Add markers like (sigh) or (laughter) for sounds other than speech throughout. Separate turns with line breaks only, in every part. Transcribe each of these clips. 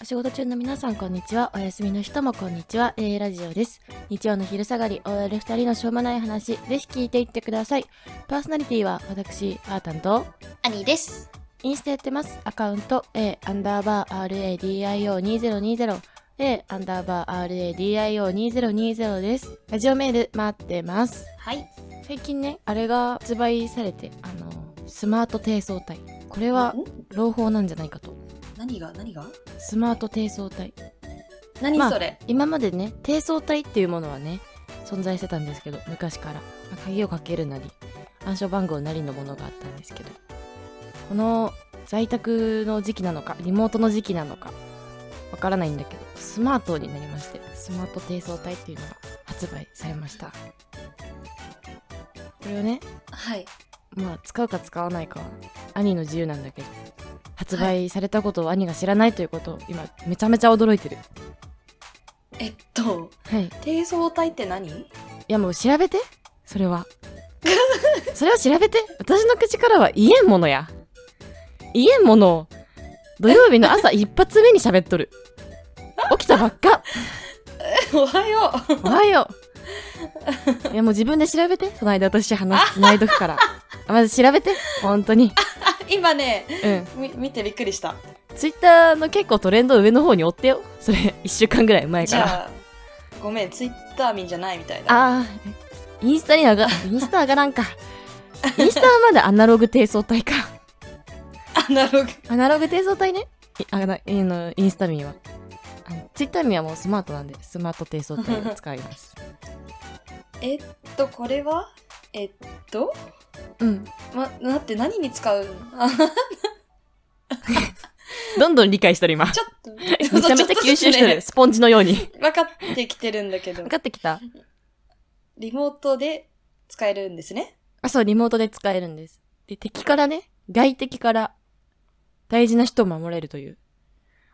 お仕事中の皆さんこんにちはお休みの人もこんにちは A ラジオです日曜の昼下がり OL2 人のしょうもない話ぜひ聞いていってくださいパーソナリティは私パータンと
兄です。
インスタやってます。アカウント A アンダーバー RADIO2020 A アンダーバー RADIO2020 です。ラジオメール待ってます。
はい。
最近ね、あれが発売されて、あの、スマート低層体。これは
ん
朗報なんじゃないかと。
何が何が
スマート低層体。
何
まあ
それ、
今までね、低層体っていうものはね、存在してたんですけど、昔から。まあ鍵をかけるなり、暗証番号なりのものがあったんですけど、この在宅の時期なのか、リモートの時期なのか、わからないんだけど、スマートになりまして、スマート低層体っていうのが発売されました。これをね、
はい。
まあ使うか使わないかは兄の自由なんだけど発売されたことを兄が知らないということを今めちゃめちゃ驚いてる
えっと、
はいい
低層体って何 (laughs)
やもう調べてそれはそれは調べて私の口からは言えんものや言えんものを土曜日の
(laughs)
朝一発目に喋っとる起きたばっか
おはよ
おはよういやもう自分で調べてその間私話つないどくからまず調べて本当に
う (laughs) 今ね、
うん
み見てびっくりした。
ツイッターの結構トレンド上の方に追ってよ。それ、1週間ぐらい前
じ
から。
ゃあ、ごめん、ツイッター民じゃないみたいだ。
ああー、インスタに上が、インスタ上がらんか。インスタはまだアナログ低層体か。
(laughs) アナログ。
アナログ低層体ね。いあの、あのインスタ民は。あのツイッター民はもうスマートなんで、スマート低層体を使います。
えっと、これはえっと、
うん。
ま、待って、何に使う (laughs) あ
どんどん理解してる今。
ちょっと、
め
め
(laughs) ちゃめちゃ吸収してる。
ね、
スポンジのように。
分かってきてるんだけ
(laughs)
ど
分、かってきた
リモートで使えるんですね。
あ、そう、リモートで使えるんです。で、敵からね、外敵から大事な人を守れるという。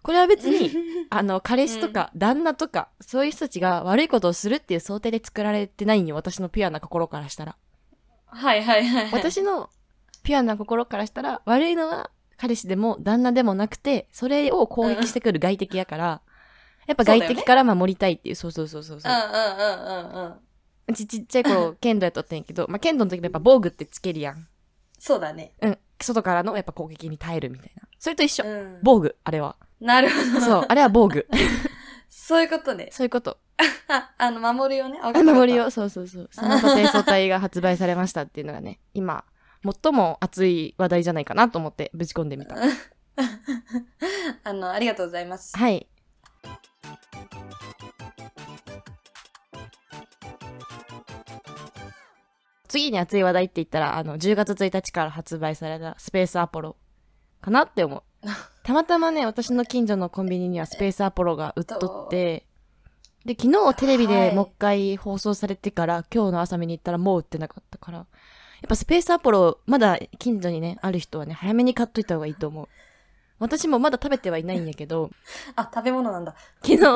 これは別に、 (laughs) あの、彼氏とか、旦那とか、そういう人たちが悪いことをするっていう想定で作られてないんよ、私のピュアな心からしたら。
(laughs) はいはいはい。、
私のピュアな心からしたら、悪いのは彼氏でも旦那でもなくて、それを攻撃してくる外敵やから、やっぱ外敵から守りたいっていう、そうそうそうそう
う
そ
んう
う。
んうんうんうん。
うちちっちゃい頃、剣道やっとったんやけど、まあ、剣道の時もやっぱ防具ってつけるやん。
そうだね。
うん。外からのやっぱ攻撃に耐えるみたいな。それと一緒。
うん。
防具、あれは。
なるほど。
そう、
(laughs)
あれは防具。
そういうことね。
そういうこと。
あ、あの、守るよね。あ
あ守り。を、そうそうそう。その低層体が発売されましたっていうのがね、今、最も熱い話題じゃないかなと思ってぶち込んでみた。
あの、ありがとうございます。
はい。次に熱い話題って言ったら、あの、10月1日から発売されたスペースアポロかなって
(laughs)
思う。たまたまね、私の近所のコンビニにはスペースアポロが売っとって、で、昨日テレビ
は
で
い
もう一回放送されてから、今日の朝見に行ったらもう売ってなかったから、やっぱスペースアポロ、まだ近所にね、ある人はね、早めに買っといた方がいいと思う。私もまだ食べてはいないんやけど、
あ、食べ物なんだ。
昨日、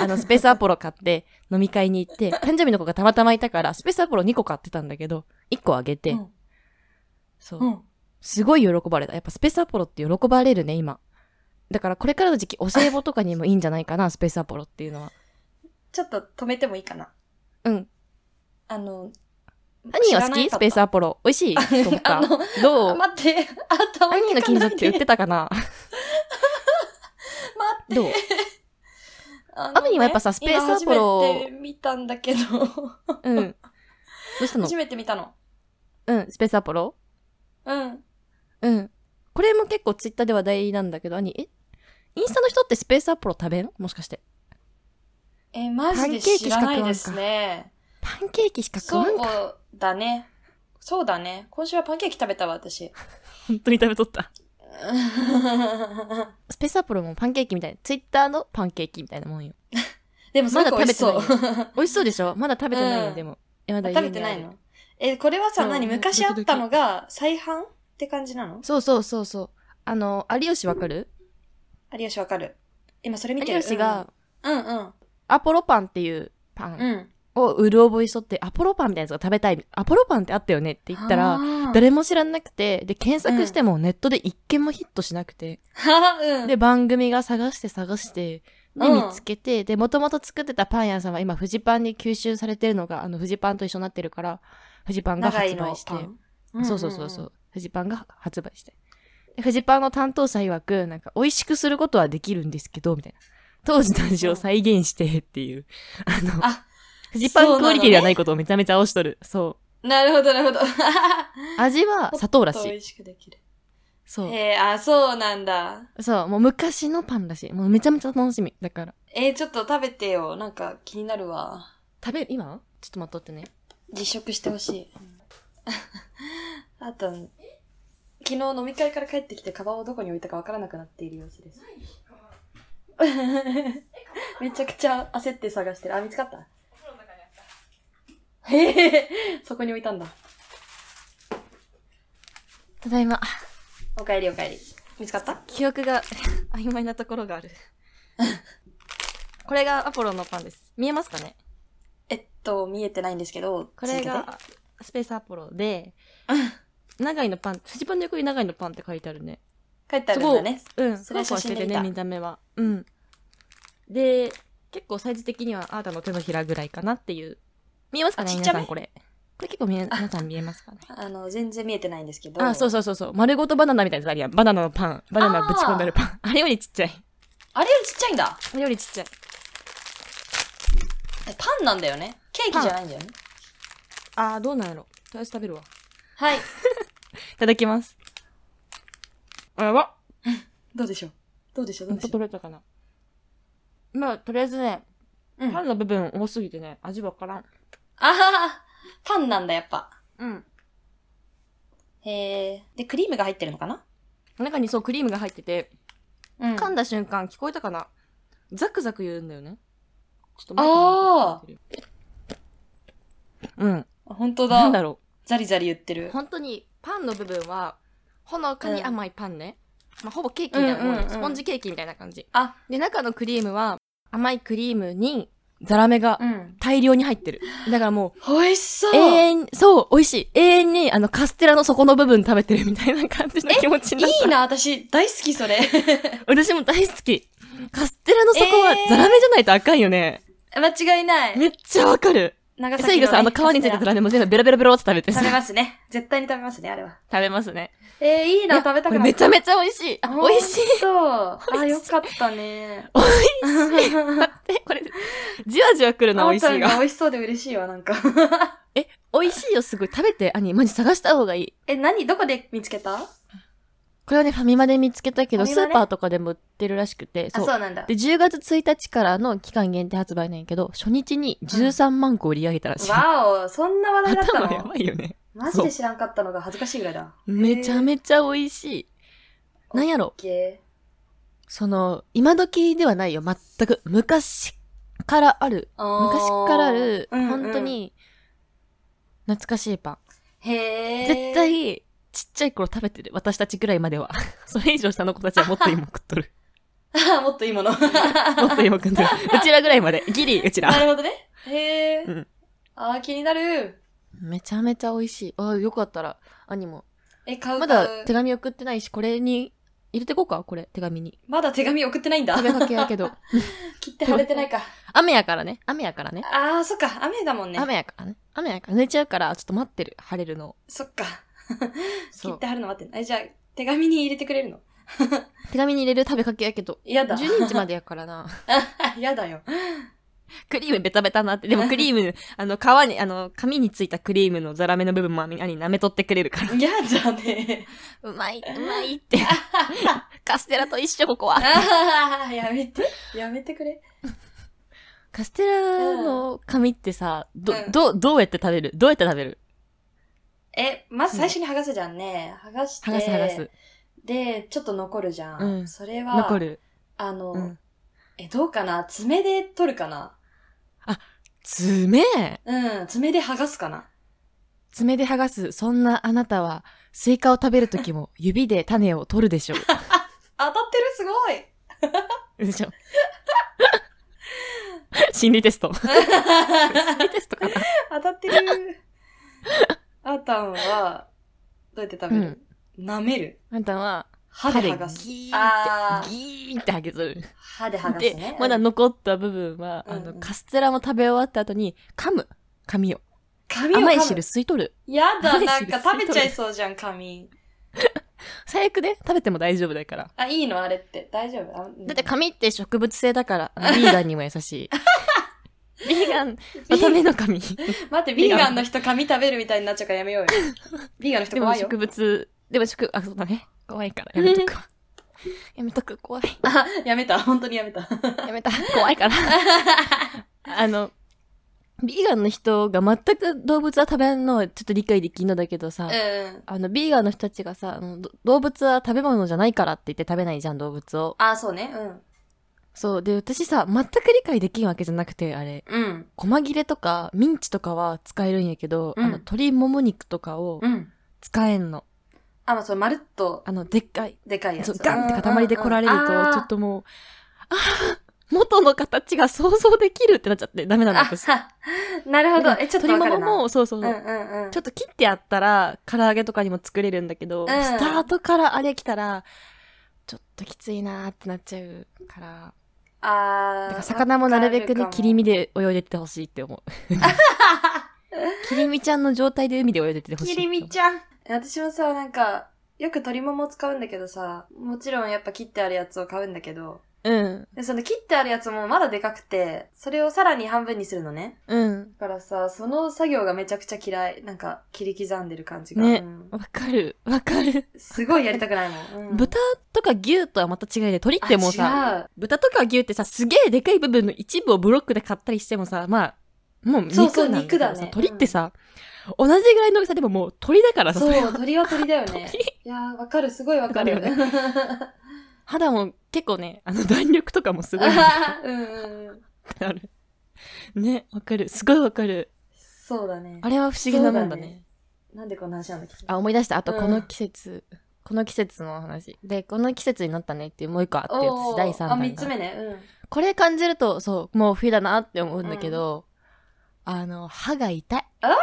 あの、スペースアポロ買って、飲み会に行
(laughs)
って、誕生日の子がたまたまいたから、スペースアポロ2個買ってたんだけど、1個あげて、
うん
そうう。
ん。
すごい喜ばれた。やっぱスペースアポロって喜ばれるね、今。だからこれからの時期、お歳暮とかにもいいんじゃないかな、スペースアポロっていうのは。
ちょっと止めてもいいかな。
うん。
あの、
兄は好きスペースアポロ。美味しいと思った
(laughs) あの。
ど
ポ
う
待って、頭が
兄の近所って売って
た。
たか
(laughs)
な
待
ど
っ
う
て。あ
アブにもやっぱさスペースアポロ
今初めて見たんだ
(laughs)
けど。
うん。どうしたの
初めて見たの。
うん、スペースアポロ
うん。
うん。これも結構ツイッターで話題なんだけど、兄、えインスタの人ってスペースアポロ食べんもしかして。
え、マジで知らないですね。
パンケーキしか食わんか。
そうだね。そうだね。今週はパンケーキ食べたわ、
(laughs)
私。
本当に食べとった。スペースアポロもパンケーキみたいな。ツイッターのパンケーキみたいなもんよ。
でもすごく美味しそう。
まだ食べ美味しそうでしょまだ食べてないよ、
うん
でも。え、まだ
(laughs)
家
食
に
べてない
ある
のえ、これはさ、
うん
何
うん
昔あったのが再販って感じなの
そうそうそうそう。あの、有吉わかる
有吉わかる今それ見てる
有吉が、
うんうん。
アポロパンっていうパン
うん。
を売る覚えしとってアポロパンみたいなやつが食べたいアポロパンってあったよねって言ったら誰も知らなくてで検索してもネットで一件もヒットしなくて、
は (laughs) うん、
で番組が探して探してで
うん
見つけて、でもともと作ってたパン屋さんは今フジパンに吸収されてるのがあのフジパンと一緒になってるからフジパンが
長
発
いの
売して
パンん
そうそうそうそう。フジパンが発売して。でフジパンの担当者曰く、なんか、美味しくすることはできるんですけど、みたいな。当時の味を再現してっていう。あの、
あ
フジパンクオリティではないことをめちゃめちゃ押しとる。そ
なるほどなるほ (laughs) ど
う。味は砂糖ら
もっと美
しい。
味しくできる
そ
へえあそうなんだ
う。そう。もう昔のパンらしい。もうめちゃめちゃ楽しみ。だから。
えー、ちょっと食べてよなんか気になるわ
食べ、今ちょっと待っとってね。
実食してほしいあと昨日飲み会から帰ってきてカバンをどこに置いたかわからなくなっている様子 (laughs) ですめちゃくちゃ焦って探してるあ見つかったへえ (laughs) そこに置いたんだ
ただいま。
おかえりおかえり見つかった
記憶が (laughs) 曖昧なところがある。これがアポロのパンです。見えますかね
えっと見えてないんですけど
これがスペースアポロで、長井のパン、フジパンの横に長井のパンって書いてあるね。
書いてあるんだね
うん、
それは
ふわふわしててね、
写真で見た
見た目は。うん。で、結構サイズ的にはあなたの手のひらぐらいかなっていう。見えますかね
あちっち
皆
ゃめ
さんこれ。これ結構 (laughs) 見え、皆さん見えますかね
あの全然見えてないんですけど
あ、そうそうそうそう。丸ごとバナナみたいなやつあるやん。バナナのパン。バナナぶち込んであるパン。あれよりちっちゃい。
あれよりちっちゃいんだ
あれよりちっちゃい。
えパンなんだよねケーキじゃないんだよね
あー、どうなんやろ。とりあえず食べるわ。
はい
いただきます。あやばっ。
どうでしょうどうでしょう
ほ
どうんでし
と
ょう
取れたかな。まあ、とりあえずね、
うん
パンの部分多すぎてね、味わからん。
あははパンなんだ、やっぱ。
うん。
へえ。で、クリームが入ってるのかな
中にそう、クリームが入ってて、
うん
噛んだ瞬間聞こえたかなザクザク言うんだよね。ちょっと
あ
あうん。
本当
な
だ。
んだろ
ザリザリ言って
う。
る。
本当に、パンの部分は、ほのかに甘いパンね。まあ、ほぼケーキ
うん
み
うん
た
う
い
ん
なもんよスポンジケーキみたいな感じ。
あ、
で、中のクリームは、甘いクリームに、ザラメが
うん。
大量に入ってる。だからもう、
美味しそう。
永遠に、そう、美味しい。永遠に、あの、カステラの底の部分食べてるみたいな感じの気持ちになっ
いいな、私、大好き、それ。
私も大好き。カステラの底は
えー
ザラメじゃないとあかんよね。
(laughs) 間違いない。
めっちゃわかる。
長
え
崎
そ
の
い
ね
ぐさん、あの、皮についてたザラメも全部ベロベロベロって食べてさ
食べますね。絶対に食べますね、あれは。
食べますね。
えー、いい
い
な、
や
食べ
こ
たく
れ
な
め
っ
ちゃめちゃ美味しい。あ、美味しい。
い。そう。あ、よかったね。
え、これ、じわじわくるな、
あ
美
ん
味したい
が
が。
美味しそうで嬉しいわ、なんか。 (laughs)
美味しいよ、すごい。食べて、兄、マジ探した方がいい。
え、何どこで見つけたあ、
これはね、ファミマで見つけたけど、
ファ
ス
ミマ
ー
ね
パーとかでも売ってるらしくて、
そうなんだ。
で、10月1日からの期間限定発売なんやけど、初日に13万個売り上げたらしい。
わお、そんな話題だった
頭や
の
ばいよね。
マジで知らんかったのが恥ずかしいぐらいだ。
めちゃめちゃ美味しい。なんやろ、
け
その、今時ではないよ、全く。昔からある、昔からある、本当。に、懐かしいパン。
へえ。
絶。対、ちっちゃい頃食べてる。私たちぐらいまでは。それ以上下の子たちはもっと今食っとる。
(laughs) もっとい
(laughs)
いもの。な
もっと今食っとる。うちらぐらいまで。ギリ、うちら。
るほどね。へえ。
うん
あー、気になる。
めちゃめちゃ美味しい。ああ、よかったら、兄も
え、買う
ま
買
だ
う
手紙送ってないし、これに入れてこうか、これ、手紙に。
まだ手紙送ってないんだ
食。べかけやけど。 (laughs)
切って貼れてないか。
雨やからね。雨やからね。
あー、そっか。雨だもんね。
雨やからね。雨やから寝ちゃうから、ちょっと待ってる。晴れるのを。
そっか。
そ
切っ
う
て。貼るの待ってんえ、じゃあ、手紙に入れてくれるの
手紙に入れる食べかけやけど。
嫌だ。
12日までやからな。 (laughs)
嫌だよ。
クリームベタベタなって。でもクリー (laughs) ム、あの、皮に、あの、紙についたクリームのザラメの部分もあみ兄舐めとってくれるから。
嫌
(laughs)
だね。
うまい、うまいって。 (laughs) カステラと一緒、ここは。
あー、やめて。やめてくれ。
カステラの紙ってさ、ど
う、ん
どう、どうやって食べるどうやって食べる
え、まず最初に剥がすじゃんね。剥がして。
剥がす剥がす。
で、ちょっと残るじゃん。
うん
それは、
残る。
あの、
うん。
え、どうかな爪で取るかな
爪
うん、爪で剥がすかな
爪で剥がす、そんなあなたは、スイカを食べるとき
(laughs)
も指で種を取るでしょ (laughs)。
(laughs) 当たってるすごいう
でしょ。 (laughs) 心理テスト。心理テストかな
当たってる。あたんは、どうやって食
う
べ
ん
る、。舐める。
あんたは、
歯で剥がす。
ギー
あ
って、
ー
ギーって剥げ取る。
歯で剥がす
で
ね。、
まだ残った部分は、あ
うんう
の、
ん
カステラも食べ終わった後に、噛む。髪を。
髪を噛
甘
む
い汁吸い取る。
やだ、
甘い
なん
汁
か食べちゃいそうじゃん、髪。
最悪で食べても大丈夫だから。
あ、いいのあれって。大丈夫あうん
だって髪って植物性だから、あのビーガンにも優
(laughs)
しい。ビーガンのための髪。
待って、ビーガンの人髪食べるみたいになっちゃうからや
(laughs)
めようよ。ビーガンの人
でも
怖いよ
植。物、でも植、あ、そうだね。怖いから、やめとくわ。やめとく、怖い。
あ、やめた。本当にやめた。
やめた。怖いから。あの、ビーガンの人が全く動物は食べんのをちょっと理解できんのだけどさ、
うん。
あの、ビーガンの人たちがさ、あのど動物は食べ物じゃないからって言って食べないじゃん、動物を。
あ、そうね。うん。
そう。で、私さ、全く理解できんわけじゃなくて、あれ。
うん。
細切れとかミンチとかは使えるんやけど、
うん
あの鶏もも肉とかを
うん。
使えんの。
あ、まあ、それ、まるっと
あの、でっかい、
でかいやつ。
そうガンって塊で来られると、
うんうんうんあー
ちょっともう、あー元の形が想像できるってなっちゃって、ダメなの
あ (laughs)
私。
はなるほど。え、ちょっとわか
鶏
るな。
ももも、そうそうう、
ん
そう
うんうん。
ちょっと切ってあったら、唐揚げとかにも作れるんだけど、
ん
スタートからあれ来たら、ちょっときついなーってなっちゃうから、だ
あ
か
ー
ら魚もなるべくね、切り。身
わ
で泳いでってほしいって思う。
かるか
切り身ちゃんの状態で海で泳いでってほ
も
しい。
(laughs) 切り身ちゃん。私もさ、なんか、よく鶏もも使うんだけどさ、もちろんやっぱ切ってあるやつを買うんだけど、
うん。
で、その切ってあるやつもまだでかくて、それをさらに半分にするのね。
うん。
だからさ、その作業がめちゃくちゃ嫌い。なんか、切り刻んでる感じが。
ね
うん
わかる、わかる。
すごいやりたくないもん。うん
豚とか牛とはまた違いで、鳥ってもうさ、
あ
豚とか牛ってさ、すげえでかい部分の一部をブロックで買ったりしてもさ、まあ、もう肉
そうそう
なんだけどさ
肉だね
鳥ってさ、同じぐらいの大きさでももう鳥だから
違う。
さ、
そ
れは
う、鳥は鳥だよ
(laughs)
ね。いやー、わかる、すごいわかる。
わかる肌も結構ね、あの弾力とかもすごいあ
あー (laughs) うんうん。
る。 (laughs) ね、わかる。すごいわかる。
そうだね
あ。れは不思議なもんだね。
そうだねなんでこんな話なんだっけ
あ、思い出した。あと、
うん
この季節、この季節の話。で、この季節になったねっていう、もう一個あって、
お
私
ー
第3弾が。
あ、三つ目ね。うん。
これ感じると、そう、もう冬だなって思うんだけど、あの、歯が痛い
あ。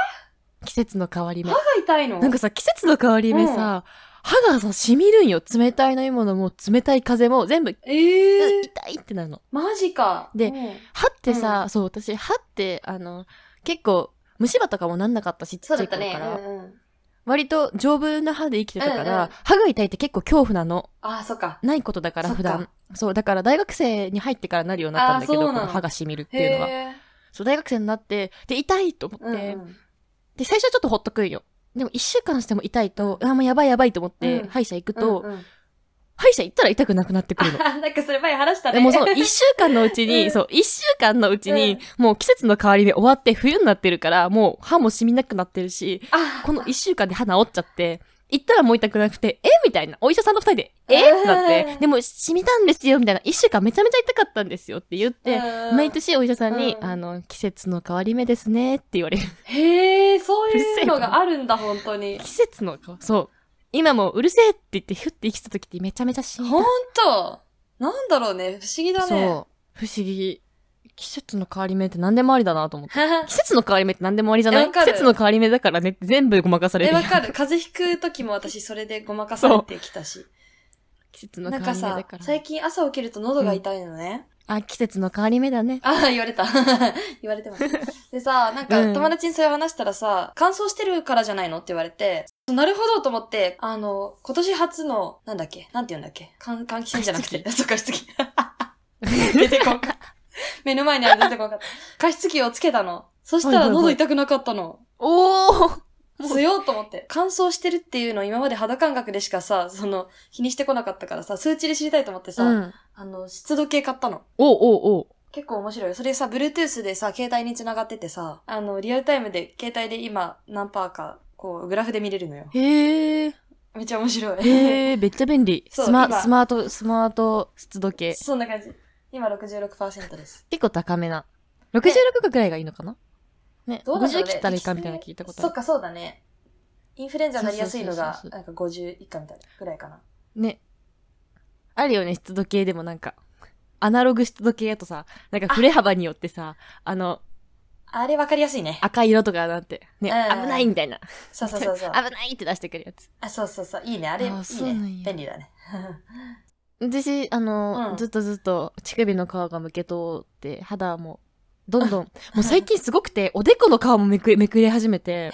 季節の変わり目。
歯が痛いの
なんかさ、季節の変わり目さ、歯がさ、染みるんよ。冷たい飲み物も、冷たい風も、全部、
ええー、
痛いってなるの。
マジか。
で
うん
歯ってさ、そう、私、歯って、あの、結構、虫歯とかもなんなかったし、ち
そ
っ
う
ち
だ
ゃ
っ
い
た
頃
ね
か。ら、
うんうん、
割と丈夫な歯で生きてたから、
うんうん
歯が痛いって結構恐怖なの。
あー、そっか。
ないことだから、
そっ
普
か
段。そう、だから大学生に入ってからなるようになったんだけ
あー
ど、
そ
こ
うなの
の歯が染みるって
へ
いうのは。
え。
そう、大学生になって、で、痛いと思って、
うんうん
で、最初はちょっとほっとくんよ。でも、一週間しても痛いと、あ、もうやばいやばいと思って、
うん
歯医者行くと、
うんうん
歯医者行ったら痛くなくなってく
(laughs)
るの。
あ (laughs) なんかそれ前話したね。
でも、そ
(laughs)
の一週間のうちに、
うん
そう、一週間のうちに、もう季節の変わり目終わって冬になってるから、もう歯も染みなくなってるし、
あ
この一週間で歯治っちゃって、行ったらもう痛くなくて、えみたいな。お医者さんの二人で、えってなっ
う
て
ん、
でも染みたんですよ、みたいな。一週間めちゃめちゃ痛かったんですよって言って、
うん
毎年お医者さんに、
うん
あの、季節の変わり目ですねって言われる。
へえ、そう
うる
い
せ
う
え
のがあるんだ、本当に。
季節の変わそう。今もううるせえって言って、ひゅって生きた時ってめちゃめちゃしんど
(laughs) 本
い
当なんだろうね、不思議だ
そう。
(laughs) ね。
不思議。季節の変わり目って何でもありだなと思って。季
え、
節の変わり目って何でもありじゃない
え
季
わかる
節の変わり目だからねって全部ごまかされるやん。
わかる。風邪ひく時も私それでごまかされてき
(laughs)
たし。
季節の
な
変
ん
わり目だ
かさ
か、ら。
最近朝起きると喉が痛いのね。
あ、季節の変わり目だ (laughs) ね。
ああ、言われた。 (laughs) 言われてます。でさ、なん
う
か
ん
友達にそれ話したらさ、乾燥してるからじゃないのって言われて、なるほどと思って、あの、今年初の、なんだっけなんて言うんだっけ換換気扇じゃなくて、 (laughs) そう、加湿器。出てこんか。目の前にある出てこんかった。加湿器をつけたの。そした
はい
ら
はいはい
喉痛くなかったの。
おーもう
強いと思って。乾燥してるっていうのを今まで肌感覚でしかさ、その、気にしてこなかったからさ、数値で知りたいと思ってさ、
うん。
あの、湿度計買ったの。
おうおうおう
結構面白いよ。それさ、Bluetooth でさ、携帯に繋がっててさ、あの、リアルタイムで、携帯で今、何パーか、こう、グラフで見れるのよ。
へえ。
めっちゃ面白い。
へえ、めっちゃ便利。
そう
スマ、
今
スマート、スマート湿度計。
(laughs) そんな感じ。今66%です。
結構高めな。66個くらいがいいのかなね。
どうなんだろ
50
うね
切ったらいいかみたいなの聞いたことあ
そっ
る。
か、そうだね。インフルエンザになりやすいのが
そ、うそう
なんか50以下みたいな、ぐらいかな。
ね。あるよね、湿度計でもなんか。アナログした時計だとさ、なんか振れ幅によってさ、あの、
あれわかりやすいね。
赤色とかなんて、ね、
うん
危ないみたいな。
そうそうそうそう。
危ないって出してくるやつ。
あ、そうそうそう。いいね。あれ、いい
あそうな
ね
ん。や
便利だね。
私、あの、
うん
ずっとずっと乳首の皮がむけとって、肌も、どん
(laughs)
どん、もう最近すごくて、おでこの皮もめくれ、めくれ始めて、
え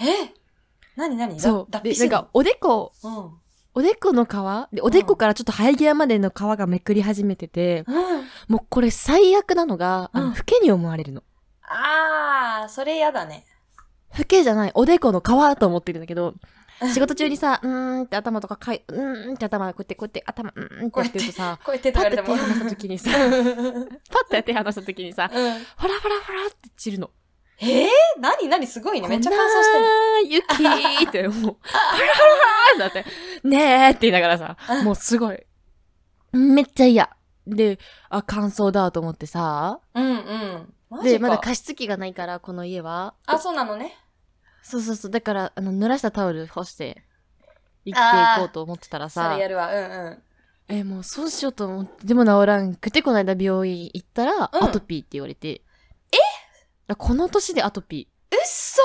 なになに
そう。
脱
で、
皮
な
す
ん
るの
か、おでこ、
うん。
おでこの皮で、おでこからちょっと生え際までの皮がめくり始めてて、
うん。
もうこれ最悪なのが、あ
うん
の、老けに思われるの。
あー、それ嫌だね。
老けじゃない、おでこの皮と思ってるんだけど、仕事中にさ、うーんって頭とかかい、うーんって頭、こうやって、こうやって頭、うーんってやってると
(laughs)
さ、
こうやってと
パッ
か言
て
われ
手
て
離
も。
した時に
(laughs)
さ、パッて手離した時にさ、
うん。
ほらほらほらって散るの。
(laughs) えー、なになにすごいね。めっちゃ乾燥してる。
燥してる。ゆきーって、
(laughs)
もう、ほらほらほらってなって、ねーって言いながらさ、もうすごい。めっちゃ嫌。で、あ、乾燥だと思ってさ、
うんうん。マジ
で、
か。
まだ加湿器がないから、この家は。
あ、そうなのね。
そうそうそう。だから、あの、濡らしたタオル干して、生きていこうと思ってたら
そ
さ
れ、やるわ。うんうん。
え、もうそうしようと思って、でも治らんくて、この間病院行ったら、
うん
アトピーって言われて。えこの年でアトピー。
うっそ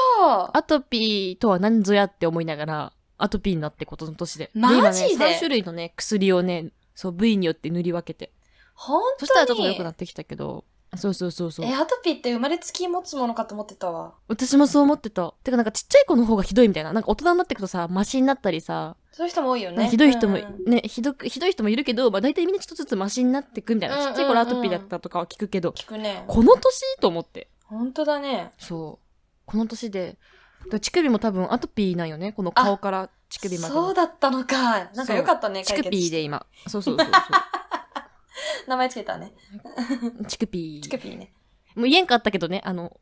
ー
アトピーとは何ぞやって思いながら、アトピーになってことの年で。
マジで
今ね、3種類のね、薬をね、そう、部位によって塗り分けて。
ほん
そしたらちょ
と
っと良
に
くなってきたけど。そうそうそうそう
え、。アトピーって生まれつき持つものかと思ってたわ。
私もそう思ってた。てかなんかちっちゃい子の方がひどいみたいな。なんか大人になってくとさ、マシになったりさ、
そういう人も多いよ
なん
ね。
かひどい人も、
うんうん
ね、ひどく、ひどい人もいるけど、まあ大体みんなちょっとずつマシになってくみたいな。
うんうん
ちっちゃい頃アトピーだったとかは聞くけど、
聞くね。
この年と思って。
ほんとだね。
そう。この年で。だから乳首も多分アトピーなんよね。この顔から乳首まで
そ
の
う。だったのか。なんかよかったね、
乳
解決
首
して。
で今。そうそうそう
名前つけたね。 (laughs)
そう。乳首。
チクピーね。
もう言えんかったけどね、あの、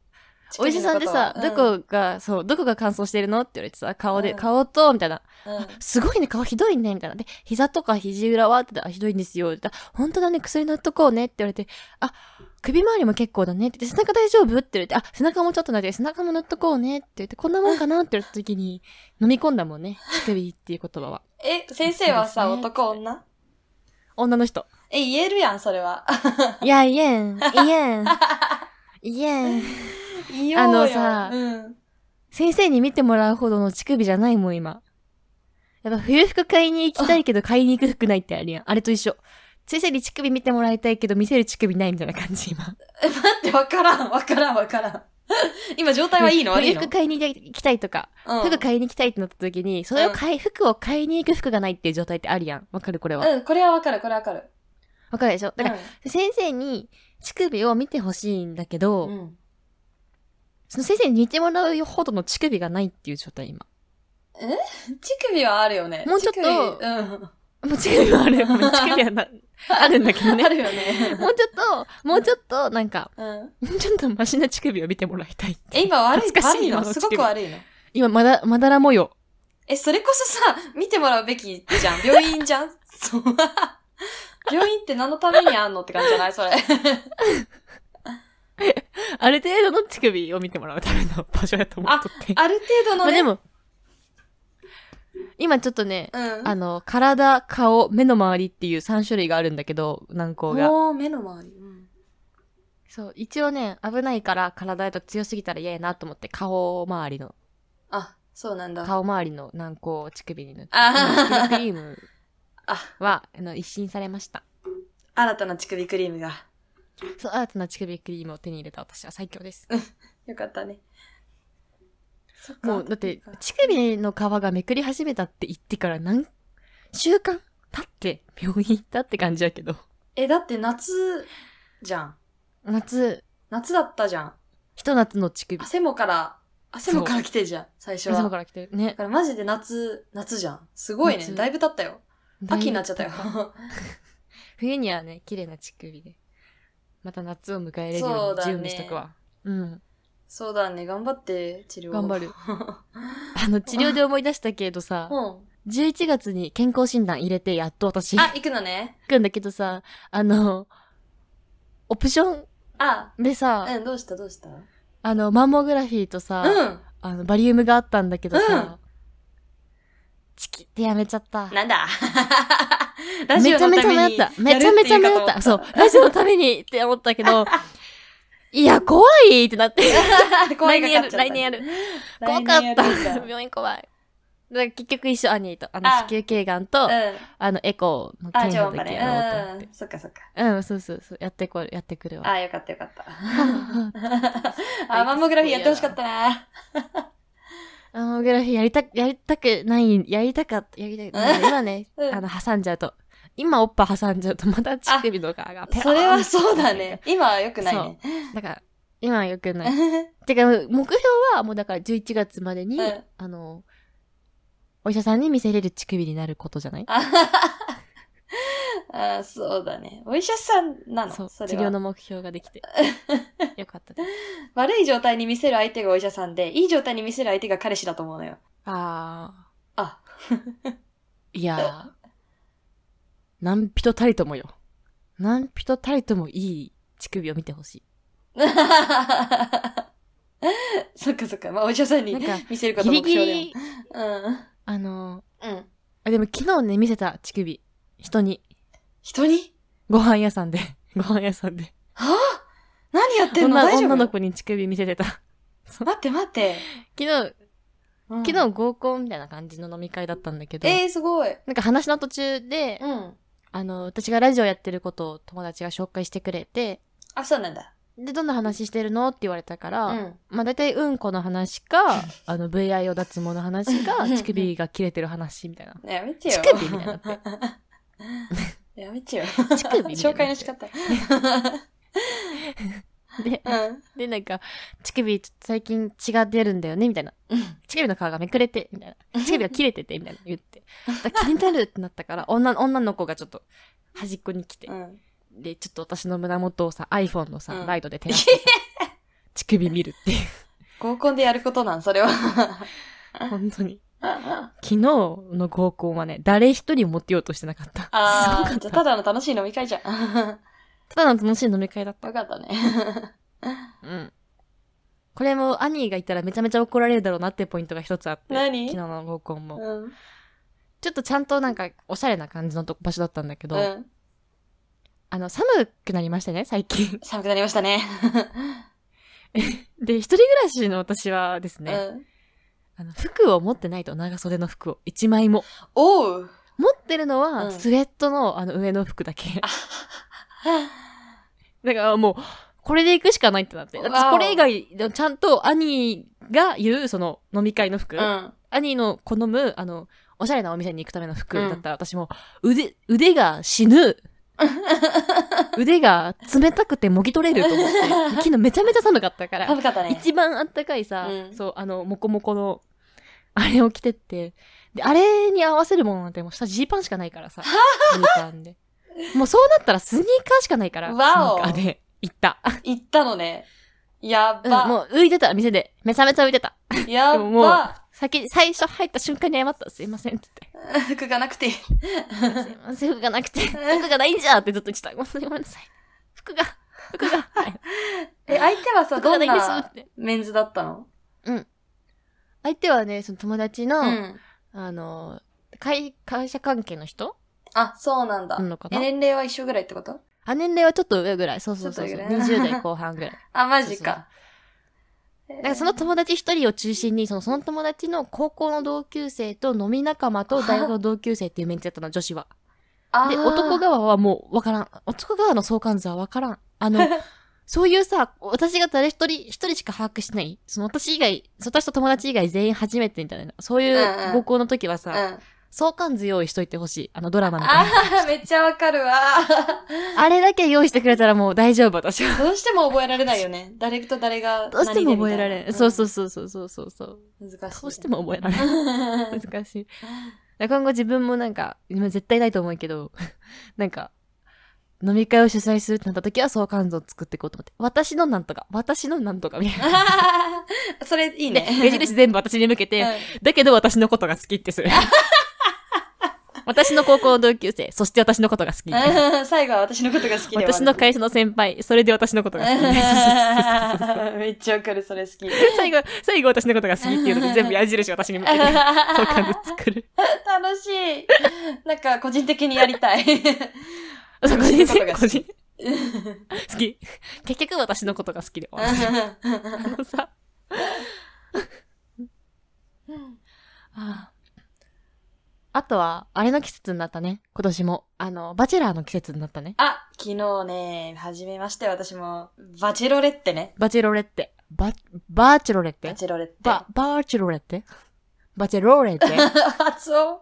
お医者さんでさ、
乳首の
ど
ことは、
こが、そう、どこが乾燥してるのって言われてさ、顔で、
うん
顔と、みたいな。
うんうん
すごいね、顔ひどいね、みたいな。で、膝とか肘裏はって言ったら、あひどいんですよ。って言ったら本当だね、薬塗っとこうねって言われて、あ、首周りも結構だねって言って、背中大丈夫って言われて、あ、背中もちょっとだけ背中も塗っとこうねって言って、こんなもんかなって言った時に、飲み込んだもんね、乳首っていう言葉は。
え、先生はさ、
そうですね
男女
女の人。
え、言えるやん、そ
(laughs)
れは。
いや、いえん、いえん、いえん。
言おうよ。
あのさ
うん。
先生に見てもらうほどの乳首じゃないもん、今。やっぱ冬服買いに行きたいけど買いに行く服ないってあるやん。あれと一緒。先生に乳首見てもらいたいけど見せる乳首ないみたいな感じ、
(laughs)
今。
え、待って、わからん、わからん、わからん。今、状態はいいの悪い
冬
の
服買いに行きたいとか、
うん
服買いに行きたいってなった時に、それを買い、服を買いに行く服がないっていう状態ってあるやん。わかるこれは。わ、
うん、これはわかる、これはわかる。
かるでしょだから、
うん
先生に乳首を見てほしいんだけど、
うん。
その先生に似てもらうほどの乳首がないっていう状態、今。
乳首はあるよね。
もうちょっと
乳首うん。
もう乳首はある。乳首
(laughs)
はな、あるんだけどね
あ。るよね。
もうちょっと、もうちょっと、なんか、
うん。
もうちょっとマシな乳首を見てもらいたいって。
え、今悪い、
恥ずかしい
悪いの
今の
す
乳
ご
首
く悪いの。
今、まだ、まだら模様。
え、それこそさ、見てもらうべきじゃん。病院じゃん。 (laughs) そう。病院って何のためにあんのって感じじゃないそ (laughs) れ。
ある程度の乳首を見てもらうための場所やと思っとって。
ある程度
ま
の
あ
ね。
でも、今ちょっとね、
うん。
あの、体、顔、目の周りっていう3種類があるんだけど、軟膏が。
もう目の周り。うん
そう、一応ね、危ないから体だと強すぎたら嫌やなと思って、顔周りの、
あ、そうなんだ。
顔周りの軟膏を乳首に塗って、
あ
乳首クリーム
あ、
は、あの、一新されました。
新たな乳首クリームが。
そう、新たな乳首クリームを手に入れた私は最強です。
よかったね。そっか
もう、だって、乳首の皮がめくり始めたって言ってから何週間経って病院行ったって感じやけど。
え、だって夏じゃん。
夏、
夏だったじゃん。
ひと夏の乳首。
汗もから、汗もから来てんじゃん、最初は。
朝
だ
から来てるね。
からマジで夏、夏じゃん。すごいね。
夏
だいぶ経ったよ。秋になっちゃったよ。
冬にはね、綺麗な乳首で。また夏を迎えれるよ
そうう
に
だね
準備しとくわ。うん。
そうだね。頑張って、治療。
頑張る。あの、治療で思い出したけどさ、
(laughs) うん。
11月に健康診断入れて、やっと私、
あ、
行
行くのね。
くんだけどさ、あの、オプショ
あ、
ンでさ、
うん、どうしたどうしたうん。
あの、マンモグラフィーとさ、
あ
あの、バリウムがあったんだけどさ、
うん
チキってやめちゃった。
な
(laughs)
んだラジ
め
オ
ちゃ
の
めち
た
ゃ
め
迷
に
った。めちゃめちゃ迷った。そう。ラジオのためにって思ったけ
(laughs)
ど、いや、怖いってなって。
う。 (laughs) 怖い
来年やる、
が勝っちゃった
来年やる。
(laughs) 来
(laughs) 怖
年
かっ
やるんだ
た。病院怖い。だから結局一緒、兄と、あの、
あ
子宮頸がんと、 (laughs)
うん。
あの、エコーの
あ、
検
じ
査
ゃ
の
あ、お
時
金。
やろうと思って
うん。そっかそっか。
うん、そうそうそう。やってこる、やってくるわ。
あ、よかったよ
(laughs)
かった。
あ
あ、マンモグラフィーやってほしかったな。
マンモグラフィーやりた、やりたくない、やりたかった、やりたくない。今ね、
(laughs) うん
あの、挟んじゃうと。今おっぱ挟んじゃうと、また乳首の側がペローン
それはそうだね。今は良くないね。
だから、今はよく
(laughs)
ない。
う
てか、目標は、もうだから11月までに、
ん。
あの、お医者さんに見せれる乳首になることじゃない
あははあ、そうだね。お医者さんなの
そう、
そ
治
れ
療
は
の目標ができ
(laughs)
て。よかったです。
悪い状態に見せる相手がお医者さんで、いい状態に見せる相手が彼氏だと思うのよ。
あ
あ、
ー。いやー。何人たりともよ。何人たりともいい乳首を見てほし
(laughs) そっかそっか。まあ、お医者さん
い。
に
なんか、
見せること
ギ
も
リ
目標
ギ
で
リ、
も。うん。
あの、
うん。
あでも昨日ね、見せた乳首。人に。
人に
ご飯屋さんで。 (laughs) ご飯屋さんで。
はあ何やってんの
女
大丈
女
夫
の子に乳首見せてた。
待って待って。
昨日、
うん
昨日合コンみたいな感じの飲み会だったんだけど、
えー、すごい。
なんか話の途中で、
うん。
あの、私がラジオやってることを友達が紹介してくれて、
あ、そうなんだ。
で、どんな話してるのって言われたから、
うん。
まあ大体うんこの話か、 (laughs) あの、VIO 脱毛の話か
うんうんう、ん
乳首が切れてる話みたい
(laughs)
な。
やめてよ。
乳首みたいになって。
やめてよ。
乳首みたい
紹
に
介
な
の
っ
仕
て (laughs)
方。
で、
(laughs) うん。
で、なんか、乳首最近血が出るんだよね、みたいな。乳首の皮がめくれて、みたいな。乳首が切れてて、みたいな言って。だから気になるってなったから、女の女の子がちょっと端っこに来て
う、ん。
で、ちょっと私の胸元をさ、iPhone のさ、
うん
ライトで照ら
(laughs)
してさ、乳首見るっていう。
合コンでやることなん、そ
(laughs)
れは。
本当に。
あ
昨日の合コンはね、誰一人持ってようとしてなかった。
あ
すごか
ー、じゃ
っ
あ
た。
ただの楽しい飲み会じゃん。 (laughs)
ただの楽しい飲み会だった。
よかったね。
(laughs) うん。これも、兄がいたらめちゃめちゃ怒られるだろうなってポイントが一つあって。
何
昨日の合コンも。
うん。
ちょっとちゃんとなんか、おしゃれな感じのと場所だったんだけど、
うん。
あの、寒くなりましたね、最近。 (laughs)
寒くなりましたね。
で、一人暮らしの私はです
う
ね、
ん。
あの服を持ってないと、長袖の服を。一枚も。
おう。
持ってるのは、
うん
スウェットのあの上の服だけ。
は
(laughs) だからもう、これで行くしかないってなって。
わお
私これ以外、ちゃんと兄が言う、その飲み会の服、
あ
兄の好む、あの、おしゃれなお店に行くための服だったら、私も、腕、腕が死ぬ。腕が冷たくてもぎ取れると思って。
(laughs)
昨日めちゃめちゃ寒かったか
うん。
ら、
(laughs) 寒かったね。
一番あったかいさ、
うん
そう、あの、もこもこの、あれを着てって、で、あれに合わせるものなんてもう下ジーパンしかないからさ、ジーパンで。もうそうなったらスニーカーしかないから、スニ
わお
ーカーで行った。
行ったのね。や
う
っ
ん、
ば。
もう浮いてた、店で。めちゃめちゃ浮いてた。
や
で
っ
ももう
ば。
先、最初入った瞬間に謝った。すいません、つって。
服がなくて。 (laughs)
すいません、服がなくて、服がないんじゃってずっと言ってた。ごめんなさい。服が、服
(laughs)
が、はい
え、相手はさ、
(laughs) 服が
ど
なんいんですっ
な
て。
メンズだったの
相手はね、その友達の、
うん。
あの、会、会社関係の人
あ、そうなんだ
な。のか
え
な
年齢は一緒ぐらいってこと
あ、年齢はちょっと上ぐらい。そうそうそうそう。
ちょっと上ぐらい
20代後半
(laughs)
ぐらい。
あ、マジか。
だからその友達一人を中心に、そのその友達の高校の同級生と飲み仲間と大学の同級生っていうメンツやったの、女子は。で、男
が、
側はもうわからん。男側の相関図はわからん。あ
(laughs)
の、そういうさ、私が誰一人、一人しか把握してない。その私以外、私と友達以外全員初めてみたいな。そうい
ん
う
うん
合コンの時は
う
さ、
ん。
相関図用意しといてほしい。あのドラマみたい
あ
な。
あ、めっちゃわかるわ。
あれだけ用意してくれたらもう大丈夫、私
(laughs)
は。
どうしても覚えられないよね。誰と誰が。
どうしても覚えられん。そうそううそうそうそうそうそう。
うん難しい。
どうしても覚えられん。難しい。だから今後自分もなんか、今絶対ないと思うけど、 (laughs) なんか、飲み会を主催するってなった時は相関図を作っていこうと思って。私のなんとか、私のなんとかみたいな。
あー (laughs) それい
(laughs)
いね。
で、矢印全部私に向けて、
う (laughs)
だけど私のことが好きってする。私の高校同級生、そして私のことが好き。
(laughs) 最後は私のことが好きで
私の会社の先輩、それで私のことが好き。そうそうそうそう
社めっちゃわかる、それ好き。
(laughs) 最後、最後私のことが好きっていうので全部矢印私に向けて、そう感じ作る。
(laughs)
(laughs)
楽しい。なんか、個人的にやりた
(laughs)
い。
そう個人
私の
的
ことが好き
個人好き。結局私のことが好きで終わる。あのさ、あああとは、あれの季節になったね。今年も。あの、バチェラーの季節になったね。
あ、昨日ね、始めまして、私も、バチェロレってね。
バチェロレッテ。バ、バーチェロレッ
バ
テ
チェロレって。
バ、バーチェロレッテバチェロレッテ
(laughs) 発音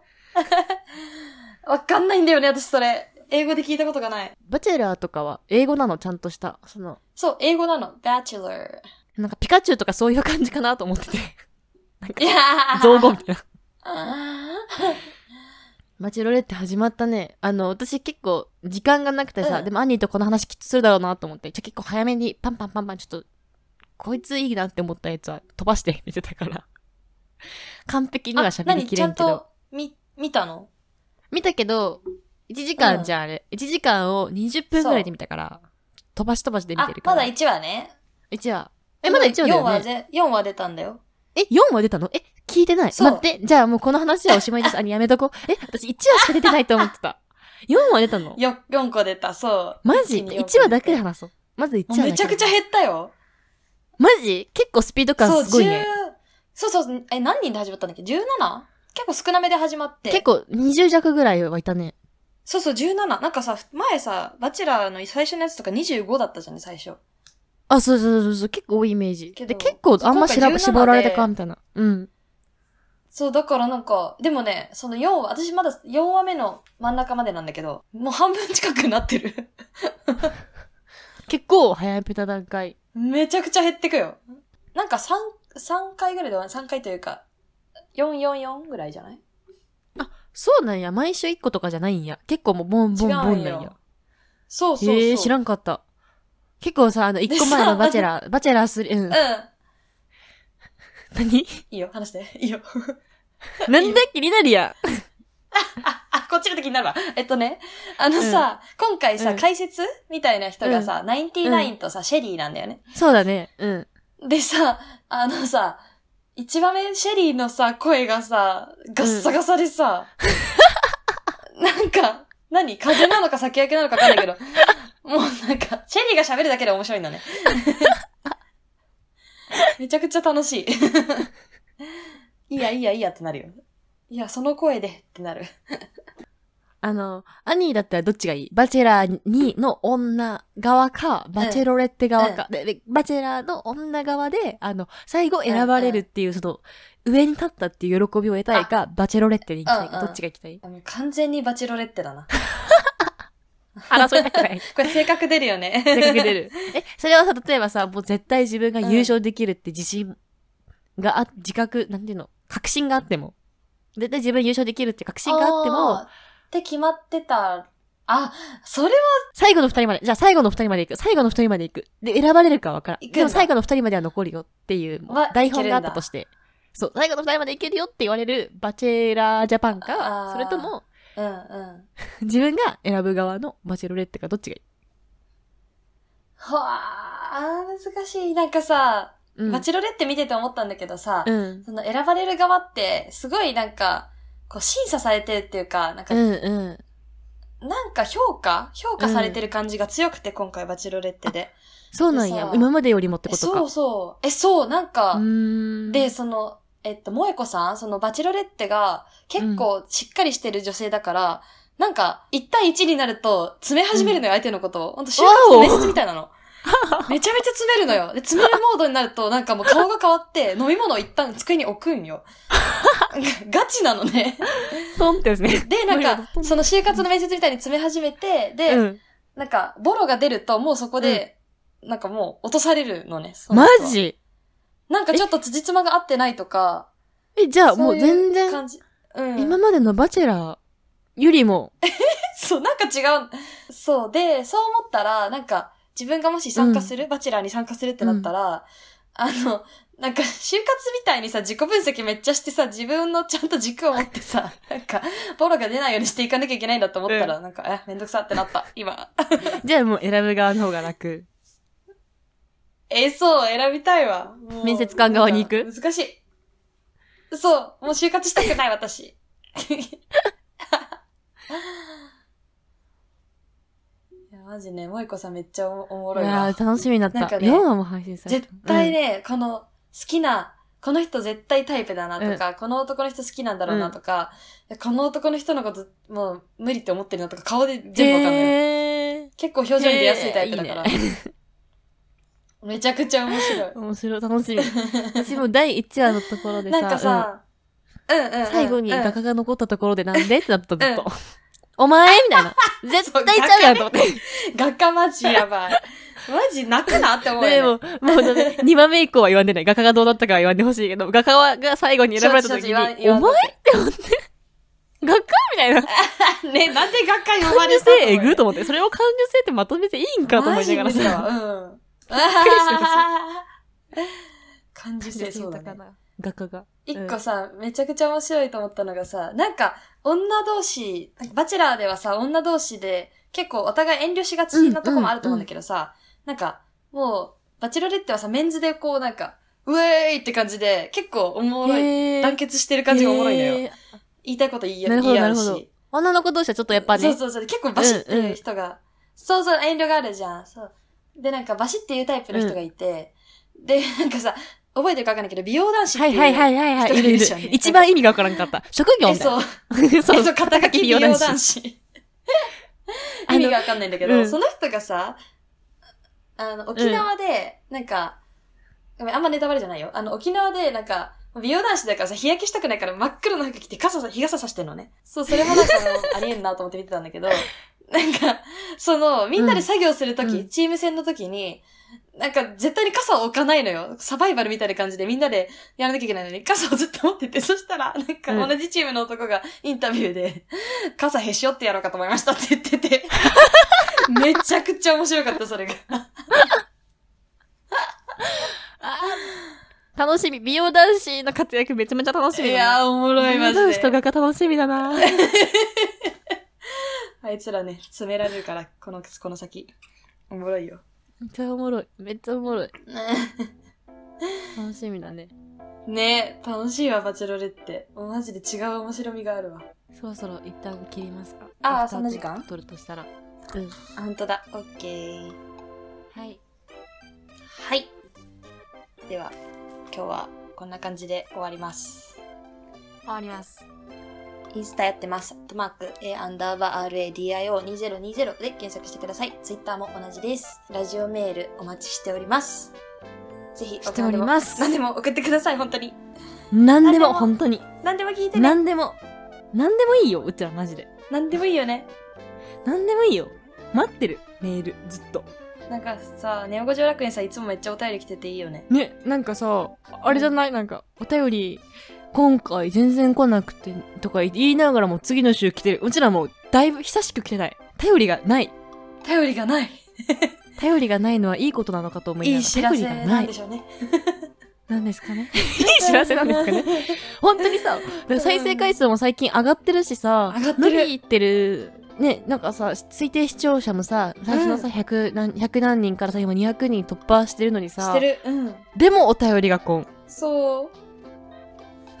わかんないんだよね、私それ。英語で聞いたことがない。
バチェラーとかは英語なのちゃんとした。その、
そう、英語なの。バチェラー。
なんかピカチュウとかそういう感じかなと思ってて。
いやー
造語みたいな。
あ
バチェロレッテ始まったね。あの、私結構時間がなくてさ、
うん
でもアニーとこの話きっとするだろうなと思って、じゃあ結構早めにパンパンパンパンちょっと、こいついいなって思ったやつは飛ばして (laughs) 見てたから。完璧
ー
には喋りきれんけ
あ何ちゃ
ど。
んと、み、見たの
見たけど、1時間じゃんあれ。1時間を20分ぐらいで見たから、飛ばし飛ばしで見
あ
てる、か
ま
ら。
だ1話ね。
1話。え、まだ1話だ
4話
よね。
ぜ、4話出たんだよ。
え、4話出たのえ、聞いてない。
そう
待って。じゃあもうこの話はおしまいです。あ、やめとこう。え、私1話しか出てないと思ってた。4話出たの
よ、4個出た、そう。
マジ
一に四個
?1 話だけで話そう。まず1
も
話
う
だけ。
めちゃくちゃ減ったよ。
マジ結構スピード
そ
感
う、
すごいね。
10そうそう、え、何人で始まったんだっけ ?17? 結構少なめで始まって。
結構20弱ぐらいはいたね。
そうそう、17。なんかさ、前さ、バチェラーの最初のやつとか25だったじゃんね、最初。
あ、そうそうそうそう、結構多いイメージ。
けど
で、結構あんましら
今回17
絞られたか、みたいな。うん。
そう、だからなんか、でもね、その4話、私まだ4話目の真ん中までなんだけど、もう半分近くなってる。 (laughs)
結構早めた段階。
めちゃくちゃ減ってくよ。なんか3、3回ぐらいで終わる、3回というか、444ぐらいじゃない
そうなんや。毎週1個とかじゃないんや。結構もうボン
違
ボ
うんんよ
ボンなんや。
そうそうそう。
へえ、知ら
ん。
んかった。結構さ、あの、1個前のバチェ
(laughs)
ラー、バチェラーする、うん
う。ん。 (laughs)
何
いいよ、話して。いいよ。 (laughs)
なんで気になるやん。
あ、こっちが気になるわ。えっとね、あのさ、今回さ、
うん
解説みたいな人がさ、ナインティナインとさ、シェリーなんだよね。
そうだね。うん。
でさ、あのさ、一番目、シェリーのさ、声がさ、ガッサガサでさ、なんか、何風邪なのか酒焼けなのかわかんないけ (laughs) ど、もうなんか、シェリーが喋るだけで面白いん (laughs) だね。めちゃくちゃ楽しい。いいや、いいや、いいやってなるよ。いや、その声でってなる。
あの、アニーだったらどっちがいいバチェラーにの女側か、バチェロレッテ側か。ででバチェラーの女側で、あの、最後選ばれるっていう、その、上に立ったっていう喜びを得たいか、バチェロレッテに行きたいか、
うんうん
どっちが行きたい
もう完全にバチェロレッテだな。
争いたく
(laughs)
ない。
これ (laughs) 性格出るよね。
せっかく出る。え、それはさ、例えばさ、もう絶対自分が優勝できるって自信があ、自覚、なんていうの、確信があっても。絶対自分優勝できるって確信があって
あー。
も
っ、て決まってた。あ、それは
最後の二人まで、じゃあ最後の二人まで行く、最後の二人まで行く。で、選ばれるかわからん。
行くんだ
でも最後の二人までは残るよっていう
は、
台本
いけ
が
る
あっ
んだ
たとして。そう、最後の二人まで行けるよって言われる、バチェラージャパン
あー
か、それとも、
うんうん。
自分が選ぶ側のバチェロレッテかどっちがいい
はあ、難しい。なんかさ、
うん。
バチェロレって見てて思ったんだけどさ、
うん。
その選ばれる側って、すごいなんか、こう審査されてるっていうか、なんか、
うんうん。
なんか評価評価されてる感じが強くて、今回バチェロレってで。
そうなん
で
や
さ。
今までよりもって
え
ことか。
そうそう。え、そう、なんか、
うーん。
で、その、えっと、萌子さん、そのバチェロレッテが結構しっかりしてる女性だから、なんか、1対1になると詰め始めるのよ、相手のことを。ほんと、就活の面接みたいな
(laughs)
の。めちゃめちゃ詰めるのよ。で、詰めるモードになると、なんかもう顔が変わって、飲み物を一旦机に置くんよ。 (laughs) ガチなのね。
トンってですね。
で、なん
飲み
か
物ポ、ン
その就活の面接みたいに詰め始めて、で、
うん。
なんか、ボロが出ると、もうそこで、なんかもう落とされるのね。その
マ
人は
ジ
なんかちょっと辻褄が合ってないとか、
え、じゃあも
そうい
全然、
感じ。うん。
今までのバチェラーよりも、
そう、なんか違う。そう。で、そう思ったら、なんか、自分がもし参加する、バチェラーに参加するってなったら、あの、なんか、就活みたいにさ、自己分析めっちゃしてさ、自分のちゃんと軸を持ってさ、なんか、ボロが出ないようにしていかなきゃいけないんだと思ったら、なんか、え、めんどくさってなった、今。
じゃあもう選ぶ側の方が楽。
え、そう、選びたいわ。もう
面接官側に行く
なんか難しい。そう、もう就活したくない、私。 (laughs) いや、マジね、萌子さんめっちゃおおも
い
ろいわ
や。ー楽しみになっ
な
た。
んかね
4話も配信された
絶。対ね、この好きな、この人絶対タイプだなとか、この男の人好きなんだろうなとか、この男の人のこともう無理って思ってるなとか顔で
うん。
全部わかんない、
え
結構表情に出やすいタイプだから。
へーい
めちゃくちゃ面
(laughs)
白い
ー、。面白い、楽
(laughs)
しみ。私も第1話のところで
な
さ、
んかさ、うん、うんうん
うん最後に
うん
画家が残ったところでなんでってなった、ずっと。お前み
(laughs)
たいな。絶対ちゃうやんと思って。
画家マジや
(laughs)
ばい。マジ泣くなって思う
で
よ、ね。
も、もうだね、2番目以降は言わんでない。画家がどうだったかは言わんでほしいけど、画家はが最後に選ばれた時
ち
に、
ょ
お
ち
前って
ょちょ言わん言
思
わん
って画家みたい
(laughs)
な。
ね、なんで画家呼
感
ばれ
受
たの
性えぐと思って、それを感受性ってまとめていいんかと思いながら
マジ無理だ
さ。
わうん。
りするでしょ
感受性そうだね。
画家が。
一個さ、めちゃくちゃ面白いと思ったのがさ、なんか、女同士、なんかバチェラーではさ、女同士で、結構お互い遠慮しがちなとこもあると思うんだけどさ、なんか、もう、バチェロレッテはさ、メンズでこう、なんか、ウェーイって感じで、結構おもろい。
へー
団結してる感じがおもろいのよ。
へー
言いたいこと言い
なるほど
言い合う
なるほ
し。
女の子同士はちょっとやっぱ
そう
ね、
そうそう。結構バシッていう人が、そうそう、遠慮があるじゃん。そう。で、なんかバシッていうタイプの人がいて、で、なんかさ、覚えてるかわかんないけど、美容男子って。
はいいうはいはいはいはい、い
人が
る
い
い
る
る
じゃん。
一番意味がわからんか
(laughs)
った。職業
え、
みたい
そう
な。。 (laughs) そ
え
う
そう、肩書き美容
男子
男子。
あ
意
の
味がわかんないんだけど、
うん
その人がさ、あの、沖縄で、なんか、ごめん、あんまネタバレじゃないよ。あの、沖縄で、なんか、美容男子だからさ、日焼けしたくないから真っ黒の服着て傘さ、日傘さしてんのね。そう、それもなんかもう
(laughs)
ありえんなと思って見てたんだけど、なんか、その、みんなで作業するとき、
うん
チーム戦のときに、なんか絶対に傘を置かないのよ。サバイバルみたいな感じでみんなでやらなきゃいけないのに、傘をずっと持って (laughs) て、そしたら、なん
う
か
ん
同じチームの男がインタビュー (laughs) で、傘へし折ってやろうかと思いましたって言って (laughs) て、めちゃくちゃ面白かった、それが。
楽しみ。美容男子の活躍めちゃめちゃ楽し
い
みだね。
やー、おもろい、マ
美容男
ジ
子と
で。
画家楽しみだ
(laughs)
な。
あいつらね、詰められるから、この、この先。おもろい (laughs) よ。
めっちゃおもろい。めっちゃおもろい。楽しみだね。
ね楽しいわ、バチェロレって。もうマジで違う面白みがあるわ。
そろそろ一旦切りますか。
あー
アフター
そんな時間
トーク取るとしたら。うん。
あ、ほんとだ。オッケー。
はい。
はい。では、今日はこんな感じで終わります。
終わります。
インスタやってます。アットマーク、A アンダーバー RADIO2020 で検索してください。ツイッターも同じです。ラジオメールお待ちしております。ぜひ、
しております
お金も何でも送ってください、本当に。
何で
何で
も
も
本当に。
何でも聞いてね。
何でも。何でもいいよ、うちらマジで。
何でもいいよね。
何でもいいよ。待ってる。メール、ずっと。
なんかさ、ネオ五条楽園さんいつもめっちゃお便り来てていいよね。
ね、なんかさ、あれじゃないなんか、お便り、今回全然来なくて、とか言いながらも次の週来てる。うちらもうだいぶ久しく来てない。頼りがない。
頼りがない。
頼りがないのはいいことなのかと思いなが
い
ら。
い知らせ
頼りが
な
なんい
で。しょうね。
なんですか
(laughs)
ね。
い
いい知らせなんです
(laughs)
かね。本当にさ、だから再生回数も最近上がってるしさ、
上がってる
伸びてる。ね、なんかさ、推定視聴者もさ、最初のさ、
う
100何、100何人からさ、今200人突破してるのに
し
さ
て、る。うん。
でもお便りがこん。
そう。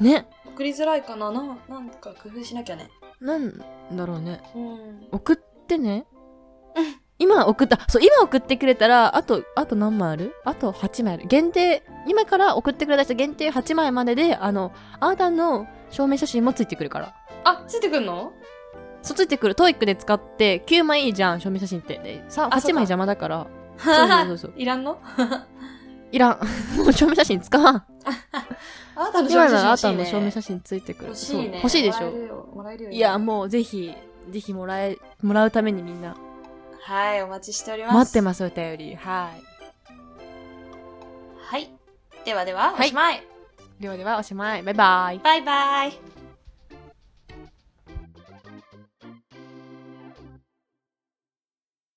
ね。
送りづらいかな。ななんか工夫しなきゃね。
なんだろうね。
うん。
送ってね
うん。
今送った、そう、今送ってくれたら、あと、あと何枚あるあと8枚ある。限定、今から送ってくれた人限定8枚までで、あの、あなたの証明写真もついてくるから。
あ、ついてくんの
そうついてくる。トイックで使って、9枚いいじゃん、証明写真って。でさ
あ
8枚
そ
邪魔だから、そうそうそうそう
(laughs) いらんの
いらん。 (laughs) もう証明写真使わん。
あなたの証
今
明
ならあな
写
た
真
の
欲しい
証明
ね。
写真ついてくる。
欲しい
そう
ね。
欲しいでし
もらえ
ょ。
るよ。もらえるよ。
いや、もうぜひ、ぜひもらえ、もらうためにみんな、
はい、お待ちしております。
待ってます、お便り。はい。
はい。ではでは、
はい
おしまい。
ではではおしまい。バイバイ。
バイバイ。